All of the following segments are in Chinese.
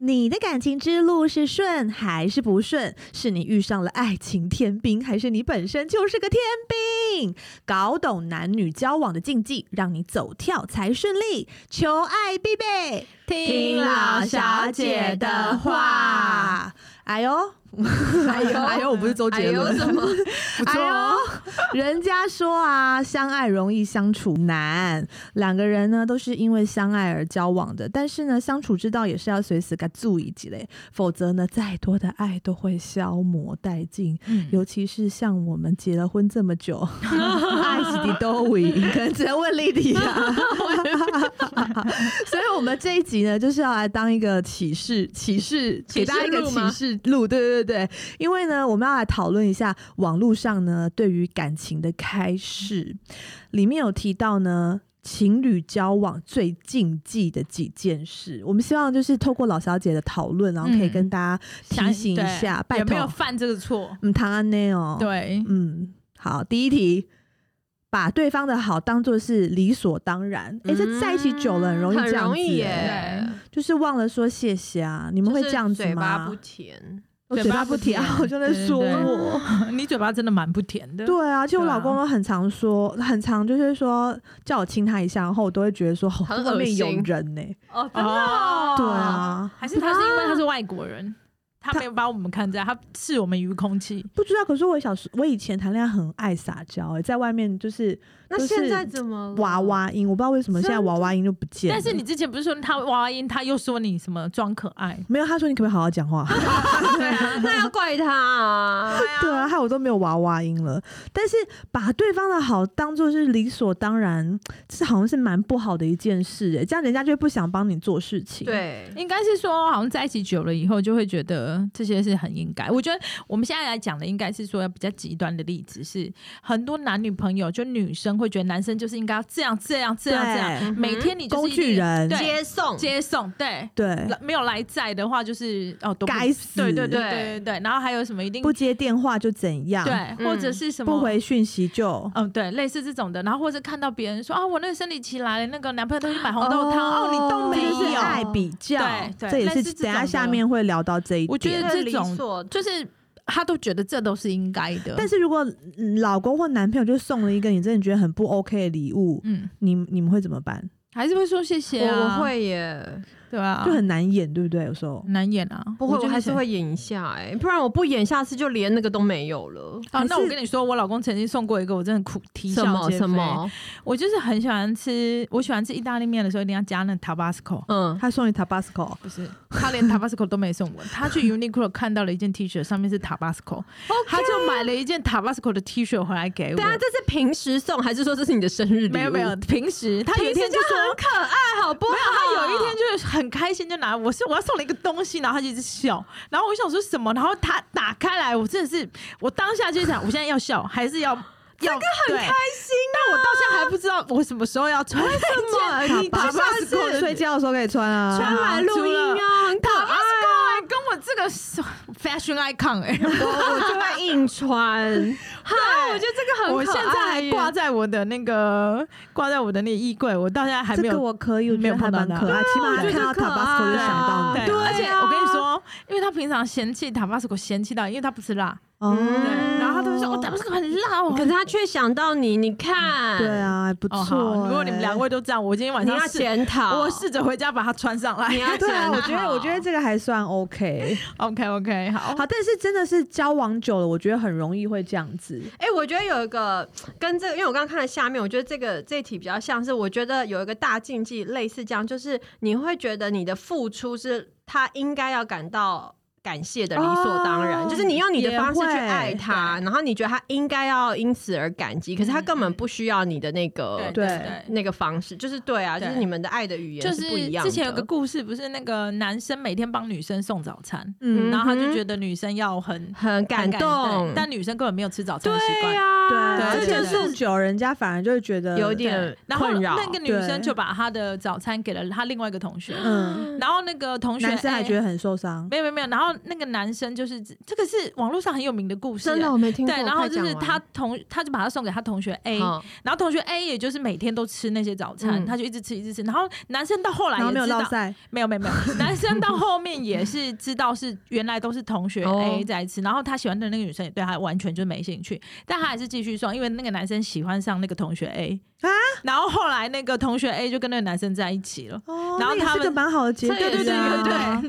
你的感情之路是顺还是不顺？是你遇上了爱情天兵，还是你本身就是个天兵？搞懂男女交往的禁忌，让你走跳才顺利。求爱必备，听老小姐的话。哎呦， 哎呦 哎呦，我不是周杰伦，哎呦什么？不错、哦人家说啊，相爱容易相处难。两个人呢都是因为相爱而交往的，但是呢，相处之道也是要随时该注意几嘞，否则呢，再多的爱都会消磨殆尽。尤其是像我们结了婚这么久，爱是的都为，可能只能问丽丽啊。 所以，我们这一集呢，就是要来当一个启示，启示启示给大家一个录启吗示录。对对对对，因为呢，我们要来讨论一下网络上呢对于感情的开始，里面有提到呢。情侣交往最禁忌的几件事，我们希望就是透过老小姐的讨论，然后可以嗯跟大家提醒一下，拜有没有托，犯这个错？嗯，唐安内哦，对，嗯，好，第一题，把对方的好当做是理所当然。哎、这在一起久了很嗯容易这很样容子、易诶耶，就是忘了说谢谢啊。你们会就是这样子嘴巴吗不？甜，我嘴嘴巴巴不不甜 啊，甜我就在对说对我。 你嘴巴真的蛮不甜的。对啊，就我对啊老公都很常说，很常就是说叫我亲他一下，然后我都会觉得说，哦，很这外恶面有心人呢、哦，哦，对，啊，还是他是因为他是外国人，他没有把我们看在，他视我们于空气。不知道。可是我小时，我以前谈恋爱很爱撒娇、诶在外面就是那就是现在怎么了娃？娃音，我不知道为什么现在真的娃娃音就不见了。但是你之前不是说他娃娃音，他又说你什么装可爱？没有，他说你可不可以好好讲话？对啊，那要怪他啊， 对啊，害我都没有娃娃音了。但是把对方的好当做是理所当然，这好像是蛮不好的一件事哎、这样人家就会不想帮你做事情。，对，应该是说，好像在一起久了以后，就会觉得这些是很应该。我觉得我们现在来讲的，应该是说比较极端的例子是，很多男女朋友，就女生会觉得男生就是应该要这样这样这样这样，对嗯哼每天你就是工一定具人对接送接送，对，对，来没有来在的话就是哦，都不该死对对对对对对对，然后还有什么一定不接电话就怎样，对，嗯或者是什么不。回讯息就。嗯，对，类似这种的，然后或者看到别人说啊，我那个生理期来了，那个男朋友都去买红豆汤，哦，你都没这就是有，爱比较，对对这也类是似这等一下种的下面会聊到这一点。我觉得这理种所就是他都觉得这都是应该的，但是如果嗯老公或男朋友就送了一个你真的觉得很不 OK 的礼物，嗯，你你你们会怎么办？还是会说谢谢我啊，我会耶，对啊，就很难演，对不对？有时候很难演啊，不会，觉我得还是会演一下哎，不然我不演，下次就连那个都没有了。哦，那还我是跟你说，我老公曾经送过一个，我真的哭啼什笑么皆非。什？么？我就是很喜欢吃，我喜欢吃意大利面的时候一定要加那 Tabasco。嗯，他送你 Tabasco，不是，他连 Tabasco 都没送我。他去 Uniqlo 看到了一件 T 恤，上面是 Tabasco，他就买了一件 Tabasco 的 T 恤回来给我对。啊，这是平时送还是说这是你的生日礼物？没有没有，，平时他有平一时就天就说啊很可爱，好不好？他有一天就是很开心，就拿我是我要送了一个东西，然后他就一直笑，然后我想说什么，然后他打开来，我真的是我当下就想，我现在要笑还是要要个很啊开心、但我到现在还不知道我什么时候要穿 那件，你把就下次睡觉的时候可以穿啊，穿来录音啊，很可爱。哎跟我这个 fashion icon 哎、我啊我就会硬 穿，哈，我觉得这个很我现在还挂在我的那个挂在我的那个衣柜，我到现在还没这有个我可以，我觉没有得还碰到蛮它可爱，啊起码我还觉看到得可 Tabasco 就想到对，你。对啊而且我跟你说，因为他平常嫌弃 Tabasco 嫌弃到，因为他不吃辣，哦嗯对，然后他就说哦 Tabasco 很辣，我可是他却想到你，你看，对，啊，不哦，错好，欸。如果你们两位都这样，我今天晚你上要试，检讨，我试着回家把它穿上来你。要对啊，检我觉得讨我觉得这个还算 OK。 OK OK，好，好，但是真的是交往久了，我觉得很容易会这样子。哎、我觉得有一个跟这个，因为我刚刚看了下面，我觉得这个这一题比较像是，我觉得有一个大禁忌类似这样，就是你会觉得你的付出是他应该要感到。感谢的理所当然，哦就是你用你的方式去也会爱他，然后你觉得他应该要因此而感激，可嗯是他根本不需要你的那个对那个方式，就是对啊，对就是你们的爱的语言就是不一样的。之前有个故事，不是那个男生每天帮女生送早餐，嗯嗯，然后他就觉得女生要很很感动对，但女生根本没有吃早餐的习对惯。呀、对，啊对而这且就对是送久了，人家反而就会觉得有对点然后困扰那个女生就把她的早餐给了她另外一个同学，嗯，然后那个同学男生还哎觉得很受伤。没有没有没有，然后那个男生就是这个是网络上很有名的故事、真的我没听过。对，然后快就是讲完他同，他就把它送给他同学 A，好然后同学 A 也就是每天都吃那些早餐，嗯他就一直吃一直吃。然后男生到后来然后也没有知道落，赛，哦没有没有 没有，男生到后面也是知道是原来都是同学哦 A 在吃，然后他喜欢的那个女生也对他完全就没兴趣，但他还是继续送，因为那个男生喜欢上那个同学 A 啊，然后后来那个同学 A 就跟那个男生在一起了。哦然后那也他是们个蛮好的结啊这果、也对对对是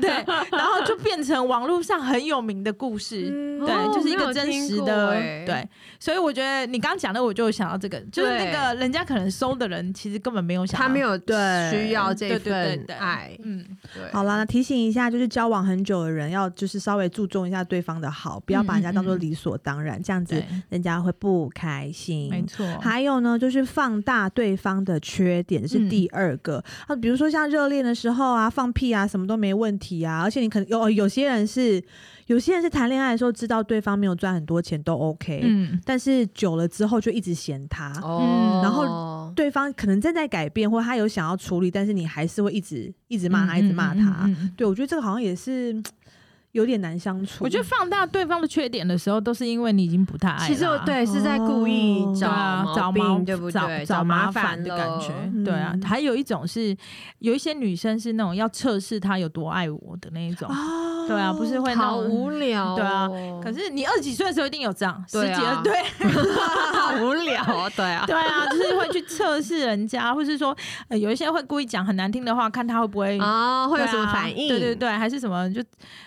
对对对，然后就变成网络上很有名的故事。嗯对，哦就是一没个有真听实过的、欸对，所以我觉得你刚刚讲的，我就想到这个，就是那对个人家可能收的人其实根本没有想要，他没有对需要这对对对份对爱，嗯，对好啦，那提醒一下，就是交往很久的人，要就是稍微注重一下对方的好，不要把人家当做理所当然，这样子嗯对，人家会不开没心。错，还有呢，就是放大对方的缺点，这是第嗯二个。啊，比如说像热恋的时候啊，放屁啊，什么都没问题啊。而且你可能有有些人是，有些人是谈恋爱的时候知道对方没有赚很多钱都 OK，、嗯，但是久了之后就一直嫌他。嗯然后对方可能正在改变，或他有想要处理，但是你还是会一直一直骂他，一直骂他。嗯嗯嗯嗯嗯对，我觉得这个好像也是嗯有点难相处。我觉得放大对方的缺点的时候，都是因为你已经不太爱其实我啦对是在故意哦找对啊找毛病，病对不找对？找麻烦的感咯觉，对啊嗯。还有一种是有一些女生是那种要测试他有多爱我的那一种，哦对啊，不是会那好种无聊、哦， 对啊可是你二十几岁的时候一定有这样，十对啊几二对好无聊、 哦，对啊，对啊，就是会去测试人家，或是说、呃有一些会故意讲很难听的话，看他会不会、啊、会有对啊什么反应？对对，对，还是什么就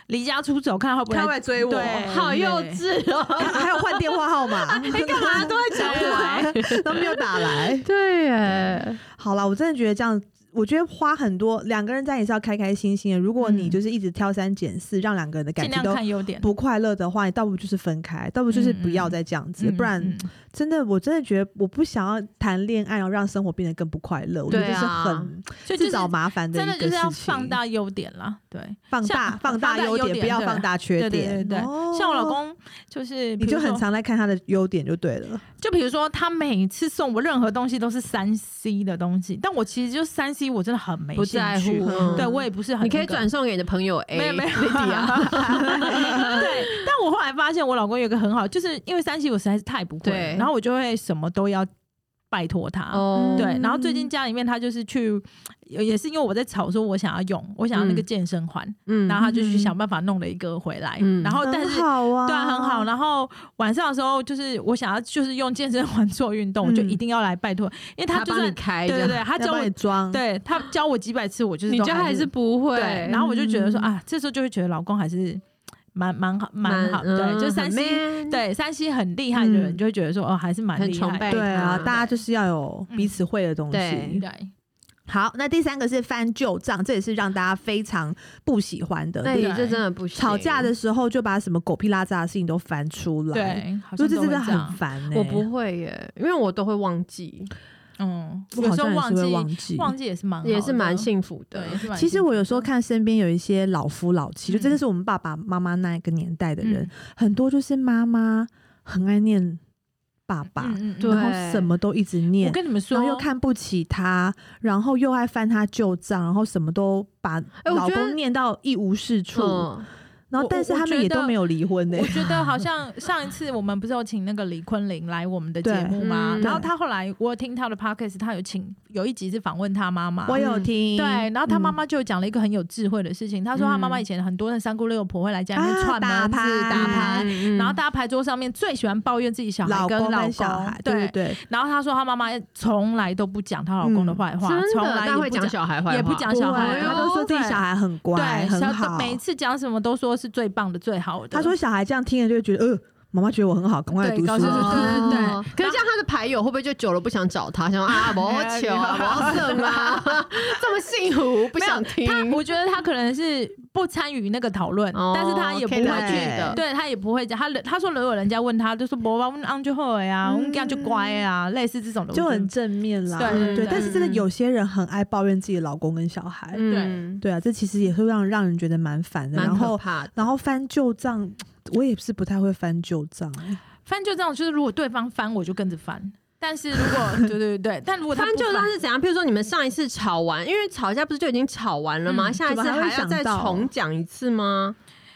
离家出走，看他会不会他会追我对哎好幼对稚 哦，还还有换电话号码，干嘛都在讲我、啊哎 都没有打来。对耶，好了，我真的觉得这样。我觉得花很多两个人在也是要开开心心的。如果你嗯就是一直挑三拣四，让两个人的感尽情量都看优点，不快乐的话，你倒不如就是分开，倒不如就是不要再这样子，嗯不然嗯真的，我真的觉得我不想要谈恋爱，然后让生活变得更不快乐。我觉得这对是啊很所以自就是找麻烦真一的个就事是情。要放大优点啦，对放像大放大放大优优点，点不要对放大缺对对点。对对。哦像我老，公就是，你比就如很说常来看他的优点就对了。就比如说他每次送我任何东西都是三 C 的东西，但我其实就三 C 我真的很没不兴在趣乎，嗯对我也不是很你可以那个转送给你的朋友 A，没有没有 Lydia 对，但我后来发现我老公有一个很好，就是因为三 C 我实在是太不会了，对然后我就会什么都要拜托他。哦，对，然后最嗯近家里面他就是去，也是因为我在吵，说我想要用，我想要那个嗯健身环，嗯然后他就去想办法弄了一个回来，嗯 然后哦但很是好啊，对啊，很好。然后晚上的时候，就是我想要就是用健身环做运动，我就嗯一定要来拜托，因为他就帮你算开对这对样，对，他要教帮我你，装，对他教我几百次，我就是你都就还是不会，对。然后我就觉得说嗯啊，这时候就会觉得老公还是蛮蛮好蛮好，对，嗯就三 C 星，对三 C 很厉害的人，嗯就会觉得说哦，还是蛮很厉崇害拜的，对啊，他大家就是要有彼此会的东西。对嗯对，好，那第三个是翻旧账，这也是让大家非常不喜欢的。那比你如这真的不行，吵架的时候就把什么狗屁拉杂的事情都翻出来，，对，好就像这都真的会这样很烦、欸。我不会耶，因为我都会忘记，嗯，我有好时候像也忘是会记忘记。忘记也是蛮也嗯好是的蛮幸福对的，。也是蛮其实幸福我有时候的看身边有一些老夫老妻，就真的嗯是我们爸爸妈妈那一个年代的人，嗯很多就是妈妈很爱念爸爸，嗯嗯嗯然后对什么都一直我念，跟你们说然后，又看不起他，然后又爱翻他旧账，然后什么都把哎我老觉得公念到一无是处，嗯，然后我但我是我他们觉也都得没有离婚呢、我觉得好像上一次我们不是有请那个李坤林来我们的节对目吗？嗯然后对他后来我有听他的 podcast，他有请有一集是访问他妈妈。 我有嗯听，对，然后他妈嗯妈就讲了一个很有智慧的事情，他说他妈妈嗯以前很多的三姑六婆会来家里面啊串打门子、牌打牌，嗯然后大家牌桌上面最喜欢抱怨自己小孩老跟公老跟小公孩，，对对然后他说他妈妈从来都不讲她老公的嗯坏话，真从的，来但也会不讲小孩坏话，也不讲对，小孩不会他都说自己对小孩很乖，对，很小好。每次讲什么都说是最棒的、最好的。他说小孩这样听了就会觉得，呃，妈妈觉得我很好，赶快来对读搞书对。对对对对哦可是这样他的牌友会不会就久了不想找他，想说啊，我哎求啊，我什么 这么幸福，不想听？他，我觉得他可能是不参与那个讨论，嗯哦但是他也不可以会了解去，的，对他也不会讲。他他说如果人家问他，就说不吧，我们安就会啊，我们这样就乖啊，类似这种的，就我觉得很正面啦，对对嗯对。对但是真的有些人很爱抱怨自己的老公跟小孩，嗯，对啊，这其实也会让让人觉得蛮烦的。然蛮可后，怕的。然后翻旧账，我也是不太会翻旧账， 哎翻就这种，就是如果对方翻，我就跟着翻。但是如果对对对对，但如果他翻不旧账是怎样？譬如说你们上一次吵完，因为吵架不是就已经吵完了吗？嗯下一怎次么还会还要再想到重讲一次吗？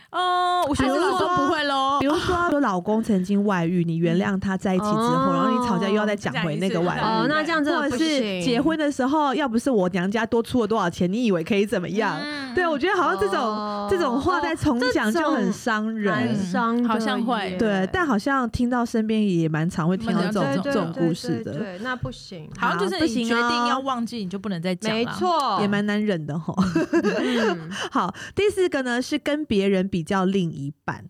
嗯，我下次比如都说不会嗯喽比。如说，啊有老公曾经外遇，你嗯原谅他在一起之后，哦然后你吵架又要再讲回那个外哎再讲一遇，哦，嗯那这样真的或者不行。是结婚的时候，要不是我娘家多出了多少钱，你以为可以怎么样？嗯对，我觉得好像这种、哦这种话再重讲就很伤蛮人。伤的好像会耶，对，但好像听到身边也蛮常会听到这种蛮这种常见这的种故事对对的，对对那不行，好像就是不你行决定哦要忘记，你就不能再讲了。没，错，也蛮难忍的吼。 嗯好，第四个呢是跟别人比较另一半，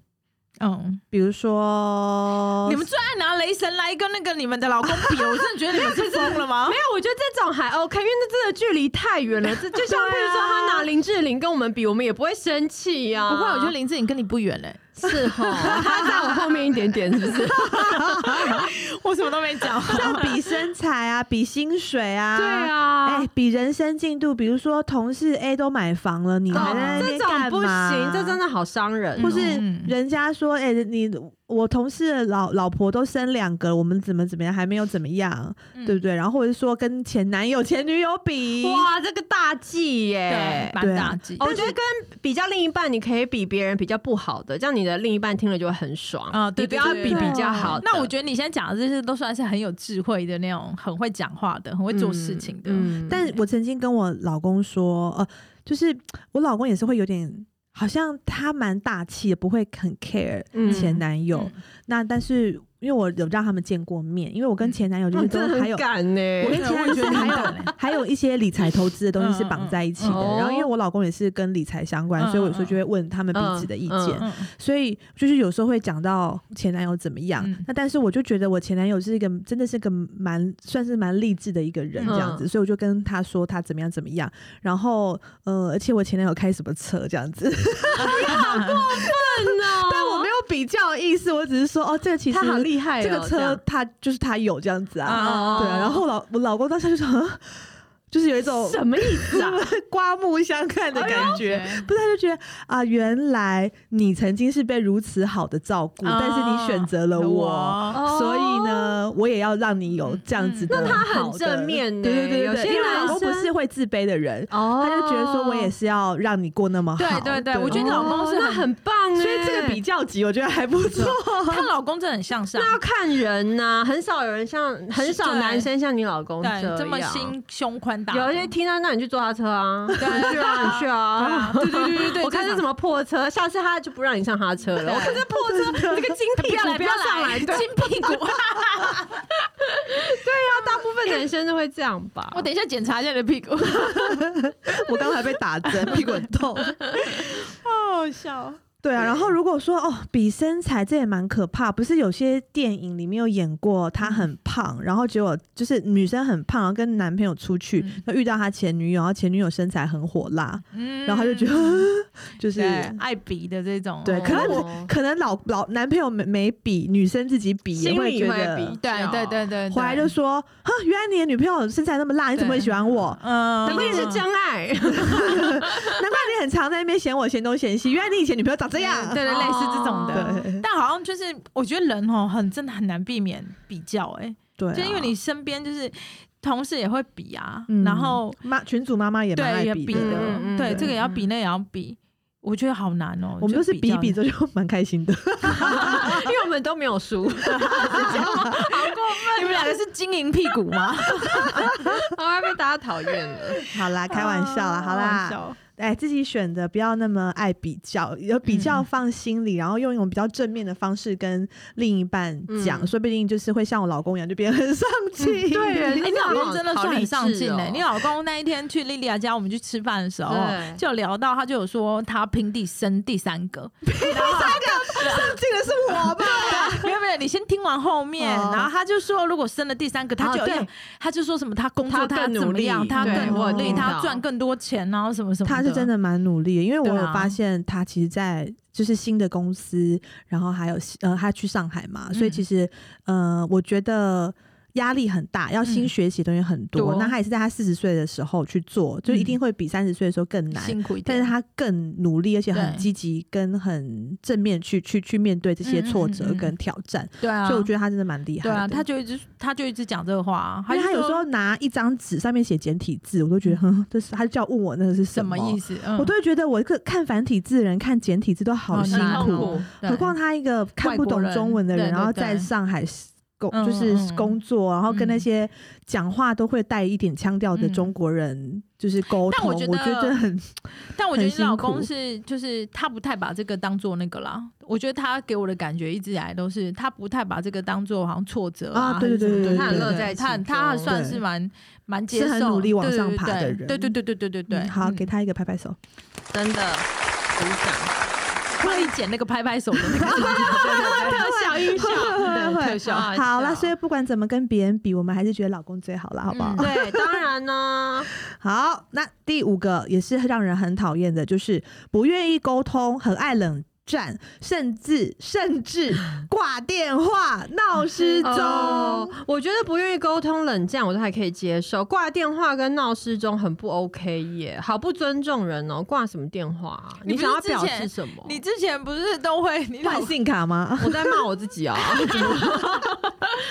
嗯，比如说你们最爱拿雷神来跟那个你们的老公比，我真的觉得你们是疯了吗没？有，我觉得这种还 OK，因为那真的距离太远了。这就像 譬对啊如说他拿林志玲跟我们比，我们也不会生气呀、不会，我觉得林志颖跟你不远嘞，是哈，他在我后面一点点，是不啊是？我什么都没讲。像呃比身材啊，比薪水啊，对。啊，哎、比人生进度，比如还在那边干嘛，比如说同事 A 都买房了，你还在那哦这边种干不嘛？行，这真的好伤人、或哦。是嗯人家说，哎、你我同事的老老婆都生两个，我们怎么怎么样，还没有怎么样，嗯对不对？然后或者说跟前男友、前女友比，哇，这个大忌耶！对蛮啊大忌。哦我觉得跟比较另一半，你可以比别人比较不好的，这样你的另一半听了就会很爽嗯啊对你不对要对比对比较好的。那我觉得你现在讲的这些都算是很有智慧的那种，很会讲话的，很会会做事情的。嗯但我曾经跟我老公说，呃，就是我老公也是会有点，好像他蛮大气的，不会很 care 嗯前男友。嗯那但是因为我有让他们见过面，因为我跟前男友就是都嗯哦真的还有。很敢呢、我跟对前男我友也是觉得还很有敢欸还有一些理财投资的东西是绑在一起的，嗯嗯嗯然后因为我老公也是跟理财相关，嗯所以我有时候就会问他们彼此的意见，嗯嗯，所以就是有时候会讲到前男友怎么样，嗯那但是我就觉得我前男友是一个真的是个蛮算是蛮励志的一个人嗯这样子，所以我就跟他说他怎么样怎么样，然后呃，而且我前男友开什么车这样哦子，但我没有比较意思，我只是说哦，这个其实他好厉害、哦，这个样哦车他就是他有这样子啊，啊对啊，然后老我老公当时就想，啊就是有一种什么意哎思啊？刮目相看哎的感觉。不是，他就觉得啊，原来你曾经是被如此好的照顾，但是你选择了我，哦嗯所以，呢，我也要让你有这样子的好的。那他很正面呢对对对有对些对，因为男我老公不生是会自卑的人，哦他就觉得说我也是要让你过那么好。对对对我觉得你老公是哦那很很棒哎，所以这个比较级我觉得还不错。哦她老公真的很向上，那要看人呐，很少有人像很少男生像你老公对，这么样。心胸宽大的，有一些哎听到，那你去坐他车啊，你 对去啊，你去啊。对对对对 对，我看是什么么破车，下次他就不让你上他车了。我看这破车，啊你这个金不屁要股来不要上来。对金屁股。啊，大部分男生都会这样吧。 我等一下检查一下你的屁股， 我刚才被打针，屁股很痛。好笑。对啊，然后如果说哦，比身材这也蛮可怕，不是有些电影里面有演过，她嗯很胖，然后结果就是女生很胖，然后跟男朋友出去嗯，那、遇到她前女友，然后前女友身材很火辣， 嗯然后她就觉得、 就是对爱比的这种，对，可能我、可能老老男朋友没没比，女生自己比也心会里觉会得比，对对对对，回来就说啊，原来你的女朋友身材那么辣，你怎么会喜欢我？啊嗯，一定是真爱，难怪你很常在那边嫌我嫌东嫌西，原来你以前女朋友长这样。哦对对，类似这种的。对但好像就是，我觉得人哦，很真的很难避免比较、欸，对啊，就因为你身边就是同事也会比啊，嗯然后妈群主妈妈也蛮对爱也比比的。的，嗯嗯对嗯这个也要比，那也要比，我觉得好难哦、我们都是比比一比较这就蛮开 心的，因为我们都没有输。 难，你们两个是金银屁股吗？我要被大家讨厌了。好啦， 啊开玩笑啦，好 啦，，哎，自己选的不要那么爱比较，有比较放心里，然后用一种比较正面的方式跟另一半讲，嗯说不定就是会像我老公一样，就变得很上进。 对哎、你老公真的是很上进好哎、励志哦你老公那一天去莉莉亚家，我们去吃饭的时候对，就有聊到，他就有说他平地生第三 个，上进的是我吧？ 没有没有，你先听完后面，哦然后他就说，如果生了第三个，他就有啊对点，他就说什么他工作他更怎么样，努力他更对努我力，听到他赚更多钱，然后什么什么。他是真，的蛮努力的，因为我对有啊发现他其实，在就是新的公司，然后还有呃，他去上海嘛，所以嗯其实呃，我觉得。压力很大，要新嗯学习的东西很多。多嗯那他也是在他四十岁的时候去做，就一定会比三十岁的时候更难。辛苦一但点，是他更努力，而且很对积极，跟很正面去去去面对这些嗯嗯挫嗯折嗯跟挑战，对啊，所以我觉得他真的蛮厉害对的。啊，他就一直他就一直讲这个话啊，因为就他有时候说嗯拿一张纸上面写简体字，我都觉得，哼， 这是他就叫问我那个是什么意思，思，嗯我都会觉得我个看繁体字的人看简体字都好好辛难苦，哦对何况他一个看不懂中文的人，外国人对对然后在上海工嗯就是工作，然后跟嗯那些讲话都会带一点腔调的中国人就是沟但通，我我觉觉得得很但我觉得很你老辛苦公是，就是他不太把这个当做那个啦。我觉得他给我的感觉一直以来都是，他不太把这个当做好像挫折啊还对是对对什对对么对他很乐对在其中他对他算是蛮蛮接受，是很努力往上爬对的人对对对对对对对对，嗯好，嗯给他一个拍拍手。真的鼓掌，帮你剪那个拍拍手的那个特效音效，会对会特效，好啦，所以不管怎么跟别人比，我们还是觉得老公最好啦，好不好？嗯对，当然呢，好，那第五个也是让人很讨厌的，就是不愿意沟通，很爱冷战，甚至甚至挂电话闹失踪。 哦，我觉得不愿意沟通、冷战，我都还可以接受。挂电话跟闹失踪很不 OK 耶，好不尊重人哦！挂什么电话、啊？你你不是想要表之前示什么？你之前不是都会你老换信卡吗？我在骂我自己啊！ 怎么了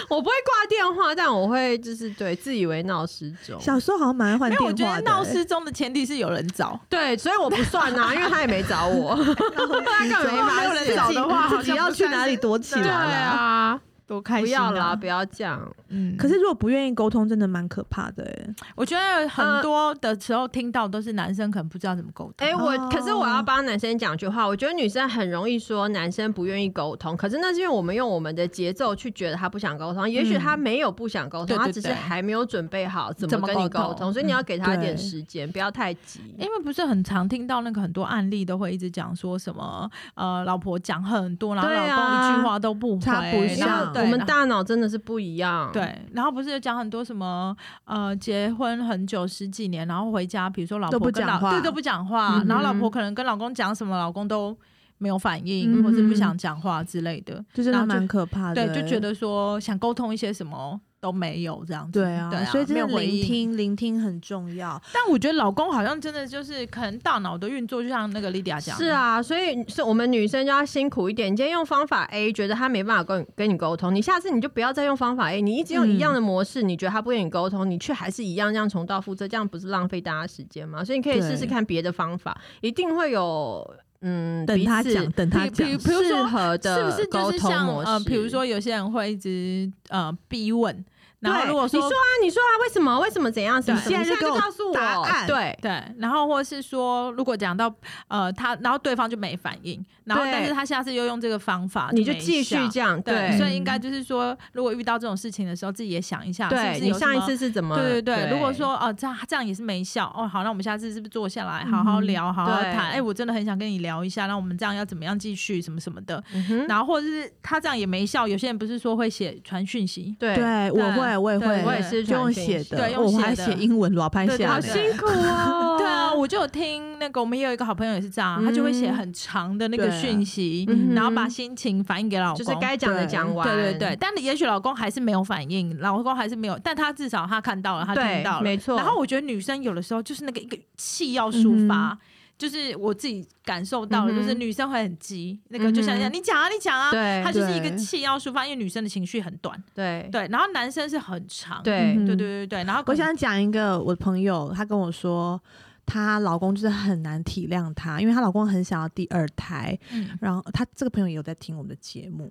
我不会挂电话，但我会就是对自以为闹失踪。小时候好像蛮爱换没电有？话我的、觉得闹欸失踪的前提是有人找，对，所以我不算 啊，因为他也没找我， 他根本没没有发人现找。的话自己自己好像要不去算哪是里躲起来对啦啊，多开不心要啦，啊！不要这样。嗯可是如果不愿意沟通，真的蛮可怕的、欸。我觉得很多的时候听到都是男生可能不知道怎么沟通。哎、我哦可是我要帮男生讲句话，我觉得女生很容易说男生不愿意沟通，可是那是因为我们用我们的节奏去觉得他不想沟通，也许他没有不想沟通，嗯对对他只是对还没有准备好怎怎么么嗯跟你沟沟通通，所以你要给他一点对时间，不要太急。因为不是很常听到那个很多案例都会一直讲说什么呃，老婆讲很多，然后对老啊公一句话都不回，插不因上为然后对我们然后大脑真的是不一样，，对，然后不是有讲很多什么呃，结婚很久十几年，然后回家，比如说老都不婆跟讲老话对都不讲话，嗯然后老婆哼可能跟老公讲什么，老公都没有反应，嗯或是不哼想讲话之类的，就真的然后就蛮可怕的、欸对，就觉得得说想沟通一些什么都没有这样子，对啊，对所以真没有的回聆应。听聆听很重要。但我觉得老公好像真的就是可能大脑的运作，就像那个莉迪亚讲，是，啊，所以是我们女生就要辛苦一点。你今天用方法 A，觉得他没办法跟你跟你沟通，你下次你就不要再用方法 A，你一直用一样的模式，你觉得他不跟你沟通，你却还是一样这样重蹈覆辙，这样不是浪费大家时间吗？所以你可以对试试看别的方法，一定会有嗯，等他彼此讲，等他比讲比，比如适说合是不的是沟就是通像模式。呃，比如说有些人会一直呃逼问，对，然后如果你说啊，你说啊，为什么为什么怎样？什么什对现么在就你给我告诉我答案对。对，然后或是说如果讲到呃他，然后对方就没反应，然后对但是他下次又用这个方法，你就就继续这样。嗯样，对，对，所以应该就是说，如果遇到这种事情的时候，自己也想一下，是不对是你有什上一么次是怎么？对对对，如果说哦，这样这样也是没效哦，好，那我们下次是不是坐下来好好嗯聊，好好对谈？哎，我真的很想跟你聊一下，那我们这样要怎么样继续什么什么的。嗯哼，然后或者是他这样也没效，有些人不是说会写传讯息，对对我会我也对会，我也是就用传讯写息的，哦对用我写还的写英文裸拍对对下好来，对。辛苦哦 对啊，我就有听那个，我们也有一个好朋友也是这样，他就会写嗯很长的那个对讯息，嗯哼然后把心情反映给老公。就是该讲的讲完，对对对，但也许老公还是没有反应，老公还是没有，但他至少他看到了，他听对到了，没错然后我觉得女生有的时候就是那个一个气要抒发。就是我自己感受到了，嗯哼就是女生会很急，那个就想嗯想哼你讲啊，你讲啊，对她就是一个对气要抒发，因为女生的情绪很短， 对对，然后男生是很长，对对对嗯对对，然后可我能想讲一个我朋友，她跟我说，她老公就是很难体谅她，因为她老公很想要第二胎，嗯然后她这个朋友也有在听我们的节目，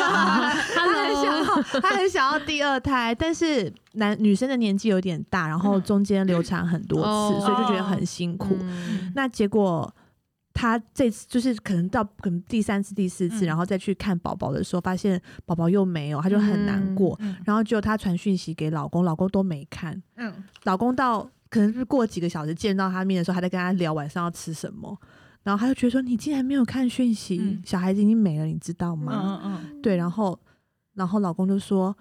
他她很想要，她很想要第二胎，但是男女生的年纪有点大，然后中间流产很多次，哦所以就觉得很辛哦苦。嗯嗯那结果。她这次就是可能到可能第三次、第四次，嗯然后再去看宝宝的时候，发现宝宝又没有，她就很难过。嗯然后就她传讯息给老公，老公都没看。嗯，老公到可能是过几个小时见到他面的时候，还在跟他聊晚上要吃什么，然后他就觉得说你竟然没有看讯息，嗯小孩子已经没了，你知道吗？嗯嗯 对，然后然后老公就说。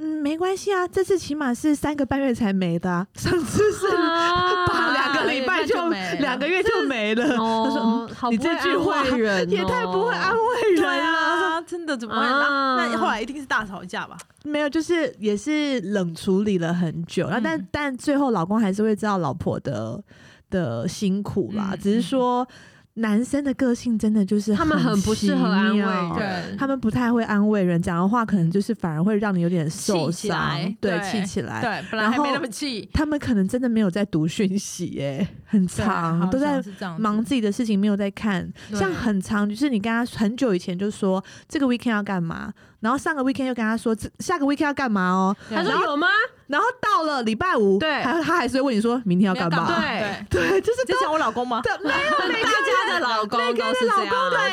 嗯，没关系啊，这次起码是三个半月才没的啊、 上次是 把啊把两个礼拜就就没了两个月就没了。他说、哦嗯，好你不会这句安话慰人哦，也太不会安慰人对了。啊，真的怎么会拉？啊那后来一定是大吵架吧？没有，就是也是冷处理了很久，那、但嗯但最后老公还是会知道老婆的的辛苦啦，嗯只是嗯说男生的个性真的就是他们很不适合奇安慰妙人他们不太会安慰人，讲的话可能就是反而会让你有点受气起来伤，对，对气起来。对，本来然还没后那么气，他们可能真的没有在读讯息、耶，很对好长都在像是这样子忙自己的事情，没有在看。对像很长，就是你跟他很久以前就说这个 weekend 要干嘛，然后上个 weekend 又跟他说这下个 weekend 要干嘛哦，对他说有吗？然后到了礼拜五，对还他还是会问你说明天要你干要干嘛？嘛对对，就是在讲我老公吗？的没有 每个大家的老公每个都人是老这公都。样这样。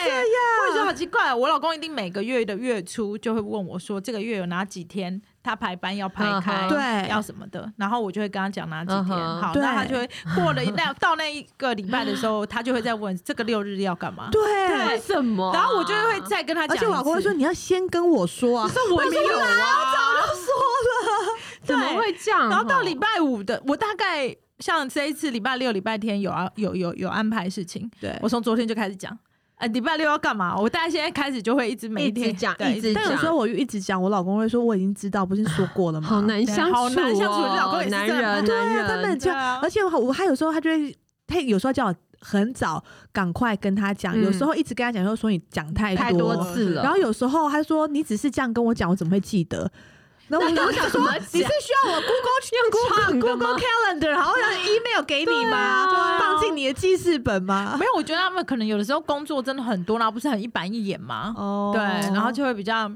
我也觉得好奇怪，我老公一定每个月的月初就会问我说，这个月有哪几天他排班要排开，嗯哼对哎要什么的，然后我就会跟他讲哪几嗯天。哼好，对那他就会过了一那到那一个礼拜的时候，他就会再问这个六日要干嘛，为对，什么？啊然后我就会再跟他而讲一且次，我老公会说你嗯要先跟我说啊，我没有啊，怎么会这样？然后到礼拜五的，我大概像这一次礼拜六、礼拜天有啊有有有安排事情，对我从昨天就开始讲，呃，礼拜六要干嘛？我大概现在开始就会一直每一直天讲对一直讲但有时候我一直讲，我老公会说我已经知道，不是说过了吗？好难对相处好哦，难相处老公也是男这样人，对男啊，人，他们很对就，啊而且我我还有时候他就会，他有时候叫我很早赶快跟他讲，嗯有时候一直跟他讲，又说你讲太太多多次了然后有时候他说你只是这样跟我讲，我怎么会记得？然后我就想说，那要怎么你是需讲要我 Google 去用唱 Google 的吗 Google Calendar，然后让 email 给你吗？对啊放进你的记事本吗？没有，我觉得他们可能有的时候工作真的很多，然后不是很一板一眼嘛。哦对，然后就会比较，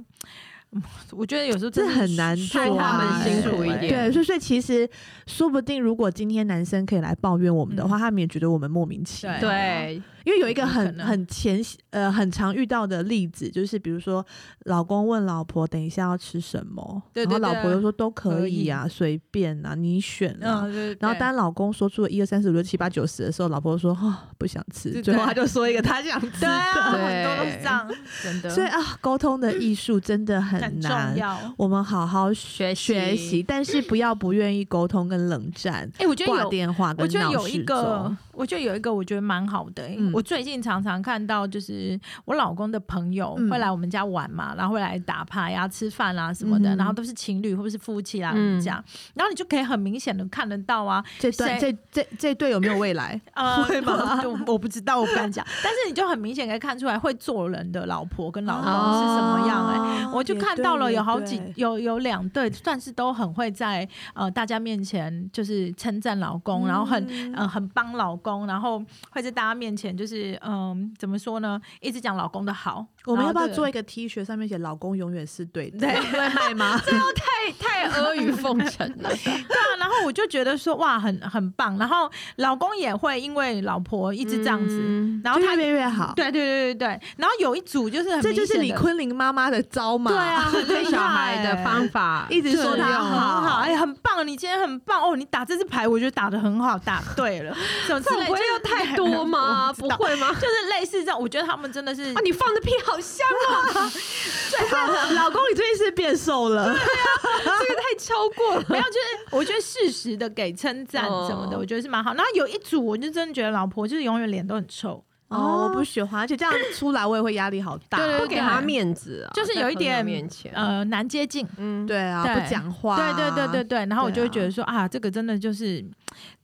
嗯我觉得有时候这真的很难需说要看他们啊辛苦一点对，所以所以其实说不定，如果今天男生可以来抱怨我们的话，他们也觉得我们莫名其妙。嗯对对，因为有一个有可很能很前呃很常遇到的例子，就是比如说老公问老婆等一下要吃什么，对对然后老婆对就说都可以啊，随便啊，你选啊。嗯，对然后对当老公说出了一二三四五六七八九十的时候，老婆说哦不想吃，对最后对他就说一个他想吃对啊，的。很多都是这样，真的 所以啊，沟通的艺术真的很很重难。要。我们好好学习学习，但是不要不愿意沟通跟冷战，哎，我觉得挂有电话我跟觉得闹有一事个中。，我觉得有一个，我觉得蛮好的欸、嗯我最近常常看到，就是我老公的朋友嗯会来我们家玩嘛，然后会来打牌呀、吃饭啊什么嗯的，哼然后都是情侣或者是夫妻来我们家，然后你就可以很明显的看得到啊，这段这谁这这对有没有未来？呃，会 吗我我不知道，我不敢讲， 但是你就很明显可以看出来会做人的老婆跟老公是什么样哎、哎我就看到了有好几有有两对，算是都很会在呃大家面前就是称赞老公，然后很嗯呃很帮老公，然后会在大家面前就是嗯、怎么说呢，一直讲老公的好。我们要然不后要这个做一个 T 恤，上面写“老公永远是对 的”？对会卖吗？ 这又太太阿谀奉承 了。对啊，然后我就觉得说哇，很很棒。然后老公也会因为老婆一直这样子，嗯然后就他越变越好。，对对对对对，然后有一组就是 很这就是明李显的昆凌妈妈的招嘛。对啊，，很对厉小孩的害方法一直说对他啊很好 好，哎、很棒，你今天很棒哦，你打这支牌，我觉得打的很好，打对了，什么之这种类，不会就又是太多吗？不，会吗？ 我知道就是类似这样，我觉得他们真的是啊，你放的屁好香哦， 老公，你最近是变瘦了，啊这个太超过了。 没有，就是我觉得适时的给称赞什么的，哦我觉得是蛮好。然后有一组，我就真的觉得老婆就是永远脸都很臭，哦，我不喜欢，而且这样出来我也会压力好大。对对不给他面子啊，就是有一点在朋友面前，呃，难接近。嗯，对啊，对不讲话。对对对对对，然后我就会对啊觉得说啊这个真的就是。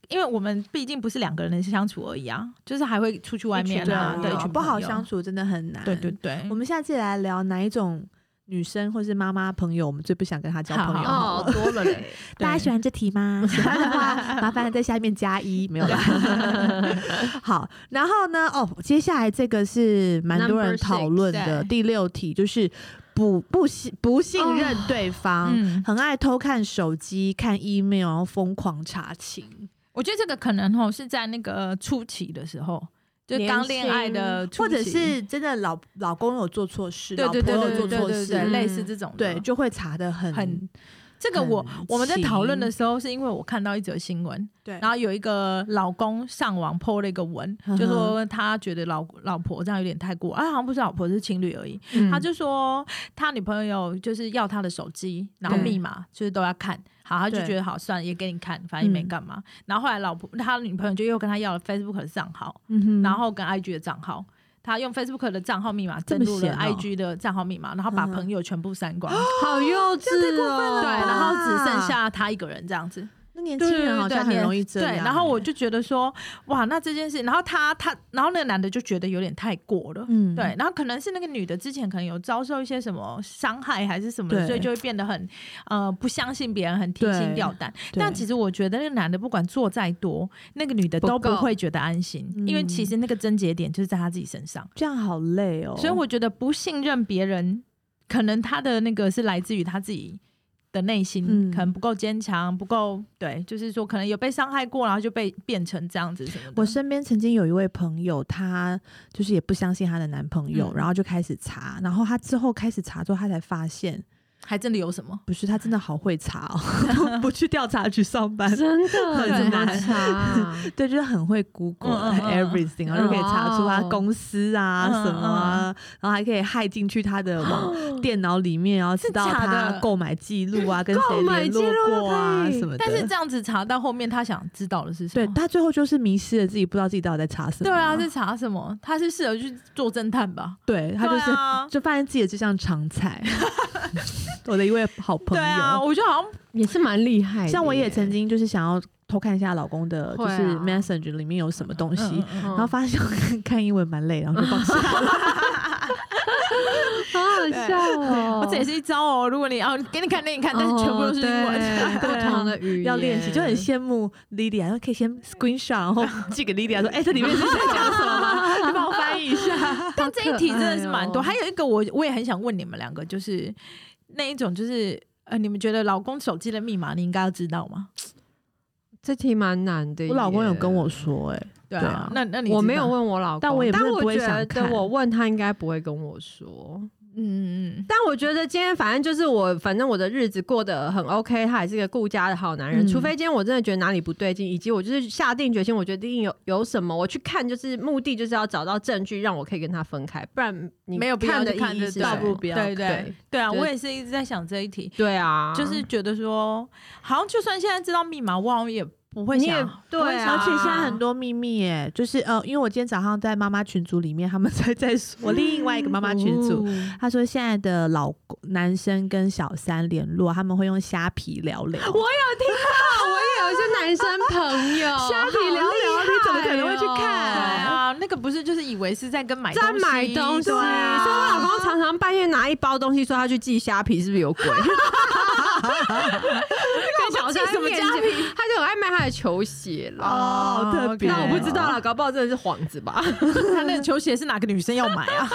因为我们毕竟不是两个人的相处而已啊，就是还会出去外面对啊，一群朋对，一友群不好朋友相处真的很难。对对。对，我们下次来聊哪一种女生或是妈妈朋友，我们最不想跟她交朋友。好好 好哦了，多了 嘞，大家喜欢这题吗？喜欢的话，麻烦在下面加 一，没有啦。 好，然后呢？哦，接下来这个是蛮多人 Number six，讨论的对第六题，就是不不信不信任对方。嗯，很爱偷看手机、看 email，然后疯狂查情，我觉得这个可能哦是在那个初期的时候，就刚恋爱的初期，或者是真的老老公有做错事，对对对老对婆有对做错对事，对，嗯类似这种的对，就会查的很很这个我很我们在讨论的时候，是因为我看到一则新闻，对然后有一个老公上网 PO 了一个文嗯哼，就说他觉得老老婆这样有点太过，啊，好像不是老婆是情侣而已，嗯他就说他女朋友就是要他的手机，然后对密码就是都要看。好，他就对觉得好，算了，也给你看，反正也没嗯干嘛。然后后来老婆他女朋友就又跟他要了 Facebook 的账号，嗯哼然后跟 IG 的账号。他用 Facebook 的账号密码这登么录了闲哦嗯哦 IG 的账号密码，然后把朋友全部删光，好幼稚吧哦。对，然后只剩下他一个人这样子。那年轻人好像很容易这样。欸对，然后我就觉得说，哇，那这件事，然后他他，然后那个男的就觉得有点太过了。嗯对，然后可能是那个女的之前可能有遭受一些什么伤害还是什么的，对所以就会变得很呃不相信别人，很提心吊胆。对但其实我觉得那个男的不管做再多，那个女的都不够不会觉得安心，嗯因为其实那个症结点就是在他自己身上。这样好累哦。所以我觉得不信任别人，可能他的那个是来自于他自己的内心，嗯可能不够坚强，不够对，就是说可能有被伤害过，然后就被变成这样子什么的。我身边曾经有一位朋友，她就是也不相信她的男朋友，嗯然后就开始查，然后她之后开始查之后，她才发现还真的有什么？不是，她真的好会查哦， 不去调查局上班。 真的很怎么难查啊？对，就是很会 Google 嗯嗯嗯 everything，然后就可以查出她公司啊嗯嗯什么啊，然后还可以害进去她的 网电脑里面，然后知道是假她的购买记录 啊，跟谁购买联记录络都过啊可以什么的。但是这样子查到后面，他想知道的是什对么？她最后就是迷失了自己，不知道自己到底在查什么。对啊，是查什么？他是适合去做侦探吧？对她就是对啊就发现自己的这项长才。 我的一位好朋对友，啊，我觉得好像 也是蛮厉害的耶。像我也曾经就是想要偷看一下老公的，就会是啊 message 里面有什么东西，嗯哦嗯嗯然后发现我 看看英文蛮累，然后就放 下。好好笑 哦，哦这也是一招哦。如果你哦，给你看电影看， 但是全部都是英哦文。对不同的语言，要练习，就很羡慕 Lilia，然后可以先 screenshot，然 后寄给 Lilia 说：“哎、这里面是在讲什么吗？你 帮我翻译一下。 但这一题真的是蛮多。好可爱哦还有一个我我也很想问你们两个，就是那一种就是呃，你们觉得老公手机的密码你应该要知道吗？这题蛮难的”耶。我老公有跟我说、哎，对对啊那那你知道我没有，问我老公，但我也不但是不我会想觉得看我问他应该不会跟我说。嗯嗯但我觉得今天反正就是我，反正我的日子过得很 OK，他还是个顾家的好男人。嗯除非今天我真的觉得哪里不对劲，以及我就是下定决心，我决定有有什么，我去看，就是目的就是要找到证据，让我可以跟他分开，不然你嗯，没有必要看的去看意义这是种，什倒不么？必要对对对对啊！就是我也是一直在想这一题，对啊，就是觉得说，好像就算现在知道密码，我好像也不会你也想。对啊，而且现在很多秘密、哎，就是呃，因为我今天早上在妈妈群组里面，他们在在说我另外一个妈妈群组，哦他说现在的老公男生跟小三联络，他们会用虾皮聊聊。我有听到，啊我也有一些男生朋 友虾皮聊聊你怎么可能会去看对啊，那个不是就是以为是在跟买在买东西，对啊所以我老公常常半夜拿一包东西说他去寄虾皮，是不是有 鬼？跟小三什么面虾前，他就很爱卖他的球鞋啦。哦特别那我不知道了，搞不好真的是幌子吧？他那个球鞋是哪个女生要买 啊？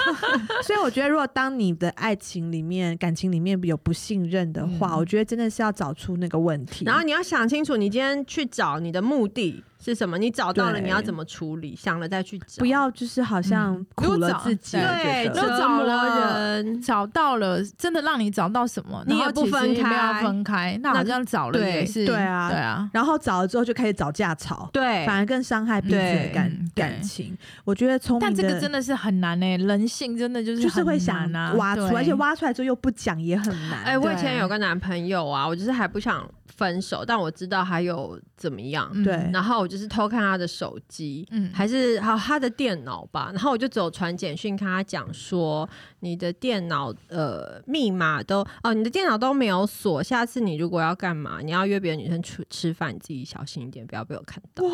所以我觉得，如果当你的爱情里面、感情里面有不信任的话，嗯我觉得真的是要找出那个问题。 然后你要想清楚，你今天去找你的目的是什么？你找到了，对你要怎么处理？想了再去找，不要就是好像嗯苦了自己，如果我觉对得如果折找磨了人。找到了，真的让你找到什么，你然后也不其实分也没有开分开，那那好像找了对也是对啊对啊，然后找了之后就开始找架吵，对，反而更伤害彼此的对感嗯对感情。我觉得聪明但这个真的。的是很难诶、人性真的就是就是会想很难啊，挖出，对而且挖出来之后又不讲也很难。哎、我以对前有个男朋友啊，我就是还不想分手，但我知道还有怎么样，嗯对然后我就是偷看他的手机，嗯还是还有他的电脑吧，然后我就只有传简讯跟他讲说，你的电脑呃密码都哦，你的电脑都没有锁，下次你如果要干嘛，你要约别的女生出吃饭，你自己小心一点，不要被我看到。哇！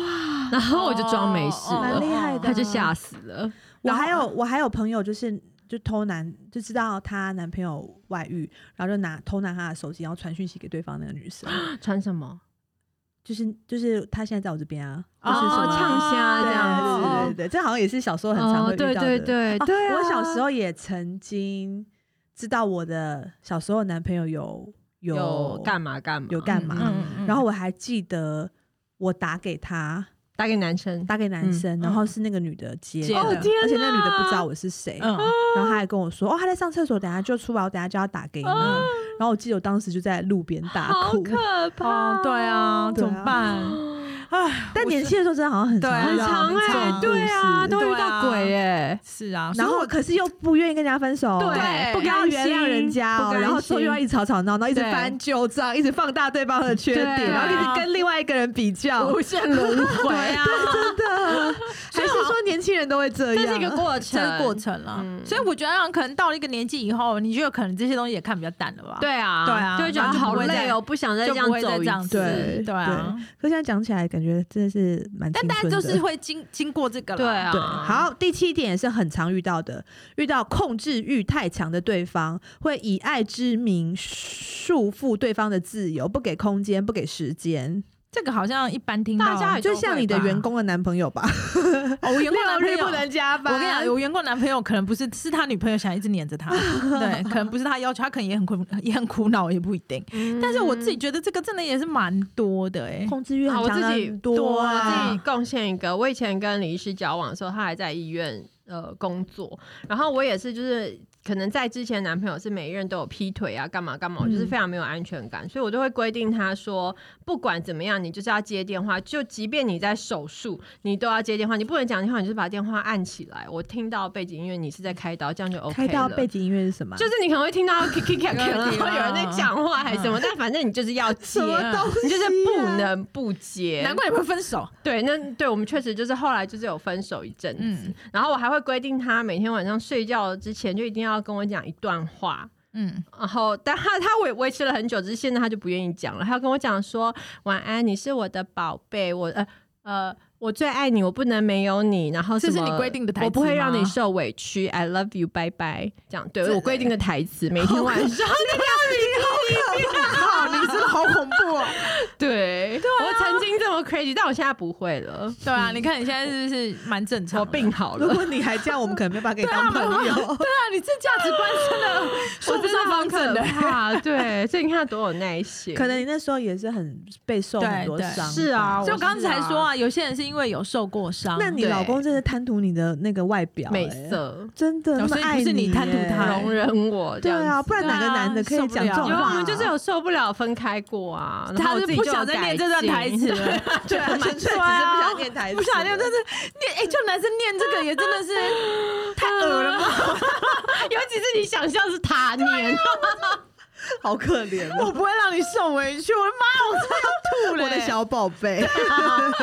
然后我就装没事哦哦蛮了，厉害的啊他就吓死了。我然后还有我还有朋友就是就偷拿，就知道她男朋友外遇，然后就拿偷拿她的手机，然后传讯息给对方那个女生， 穿什么？就是就是她现在在我这边啊，哦就是什么呛虾这样对对对子哦对，对，这好像也是小时候很哦常会遇到的。对对对啊对啊、我小时候也曾经知道我的小时候男朋友有有有干嘛干嘛，有干嘛嗯嗯嗯然后我还记得我打给他，打给男生。打给男生，嗯然后是那个女的接接的，的哦天而且那个女的哪不知道我是谁，嗯，然后她还跟我说，哦，她在上厕所，等下就出来，我等下就要打给你。嗯然后我记得我当时就在路边大啊好哭，可怕哦，对啊，对怎啊么办？唉，但我年是轻的时候真的好像很对常啊遇到很长这哎、种对啊，故事都遇对啊到鬼哎、是啊，然所以后我可是又不愿意跟人家分手，对不要原谅人家不哦，甘心然后之后又要一直吵吵闹闹，一直对翻旧账，一直放大对方的缺点，对然后一直跟另外一个人比较，无限轮回啊， 真 的，还是说年轻人都会这样？这是一个过程，这是过程了，嗯所以我觉得可能到了一个年纪以后，你就有可能这些东西也看比较淡了吧？对啊，对啊就会觉得然后就好不会再累哦，不想再这就样不会再走这一样次子，对对啊。可现在讲起来，感觉真的是蛮但青大家春就的是会经经过这个了，对啊对，好，第七点也是很常遇到的，遇到控制欲太强的对方，会以爱之名束缚对方的自由，不给空间，不给时间，这个好像一般听到大家也就像你的员工的男朋友吧，哦，我员 工男朋六日友不能加我班。跟你讲，我员工男朋友可能不是，是他女朋友想一直黏着他，对，可能不是他要求，他可能也很苦，也很苦恼，也不一定。嗯但是我自己觉得这个真的也是蛮多的哎、控制欲啊很我强自的己很多我自己啊，贡献一个，我以前跟李医师交往的时候，他还在医院呃工作，然后我也是就是。可能在之前男朋友是每一任都有劈腿啊，干嘛干嘛，我就是嗯非常没有安全感，所以我就会规定他说，不管怎么样，你就是要接电话，就即便你在手术，你都要接电话，你不能讲电话，你就是把电话按起来。我听到背景音乐，你是在开刀，这样就 OK 开到了背景音乐是什么？ 就是你可能会听到 k i k k 然后有人在讲话还是什么，但反正你就是要什，接么东西啊？你就是不能不接。难怪你们分手，对，那对我们确实就是后来就是有分手一阵子，嗯然后我还会规定他每天晚上睡觉之前就一定要跟我讲一段话。嗯，然后，但他他维维持了很久，只是现在他就不愿意讲了。他要跟我讲说：“晚安，你是我的宝贝，我呃呃，我最爱你，我不能没有你。”然后这是什么你规定的台词我不会让吗你受委屈。I love you，拜拜。这样对这我规定的台词，每天晚上。 好，你真的好恐怖哦。对，啊我曾经这么 crazy，但我现在不会了，对啊，你看你现在是不是蛮正常我的？病好如了。果你还这样，我们可能没办法给你当朋 友。 对啊，你这价值观 真的说不上方正的。怕， 对，所以你看他多有耐心。可能你那时候也是很被受对很多对伤吧，是啊所以我刚才说我啊，有些人是因为有受过伤，那你对老公真的贪图你的那个外表、美欸色真的，哦那么所以爱不是你贪图耶他哎容忍我这对样啊，子。不然哪个男的可以讲这种对啊受不了因为话？我们就是有受不了分开过啊，然后他我是自己不就有想再念这段改进 台词 了，对啊，蛮纯粹只是帅不啊想念台词，不想念，但是念哎，就男生念这个也真 的是太恶了吧？嗯 尤其是你想象是他啊念，好可怜我哦，不会让你受委屈，我的妈， 我真的要吐了，我的，小宝贝，啊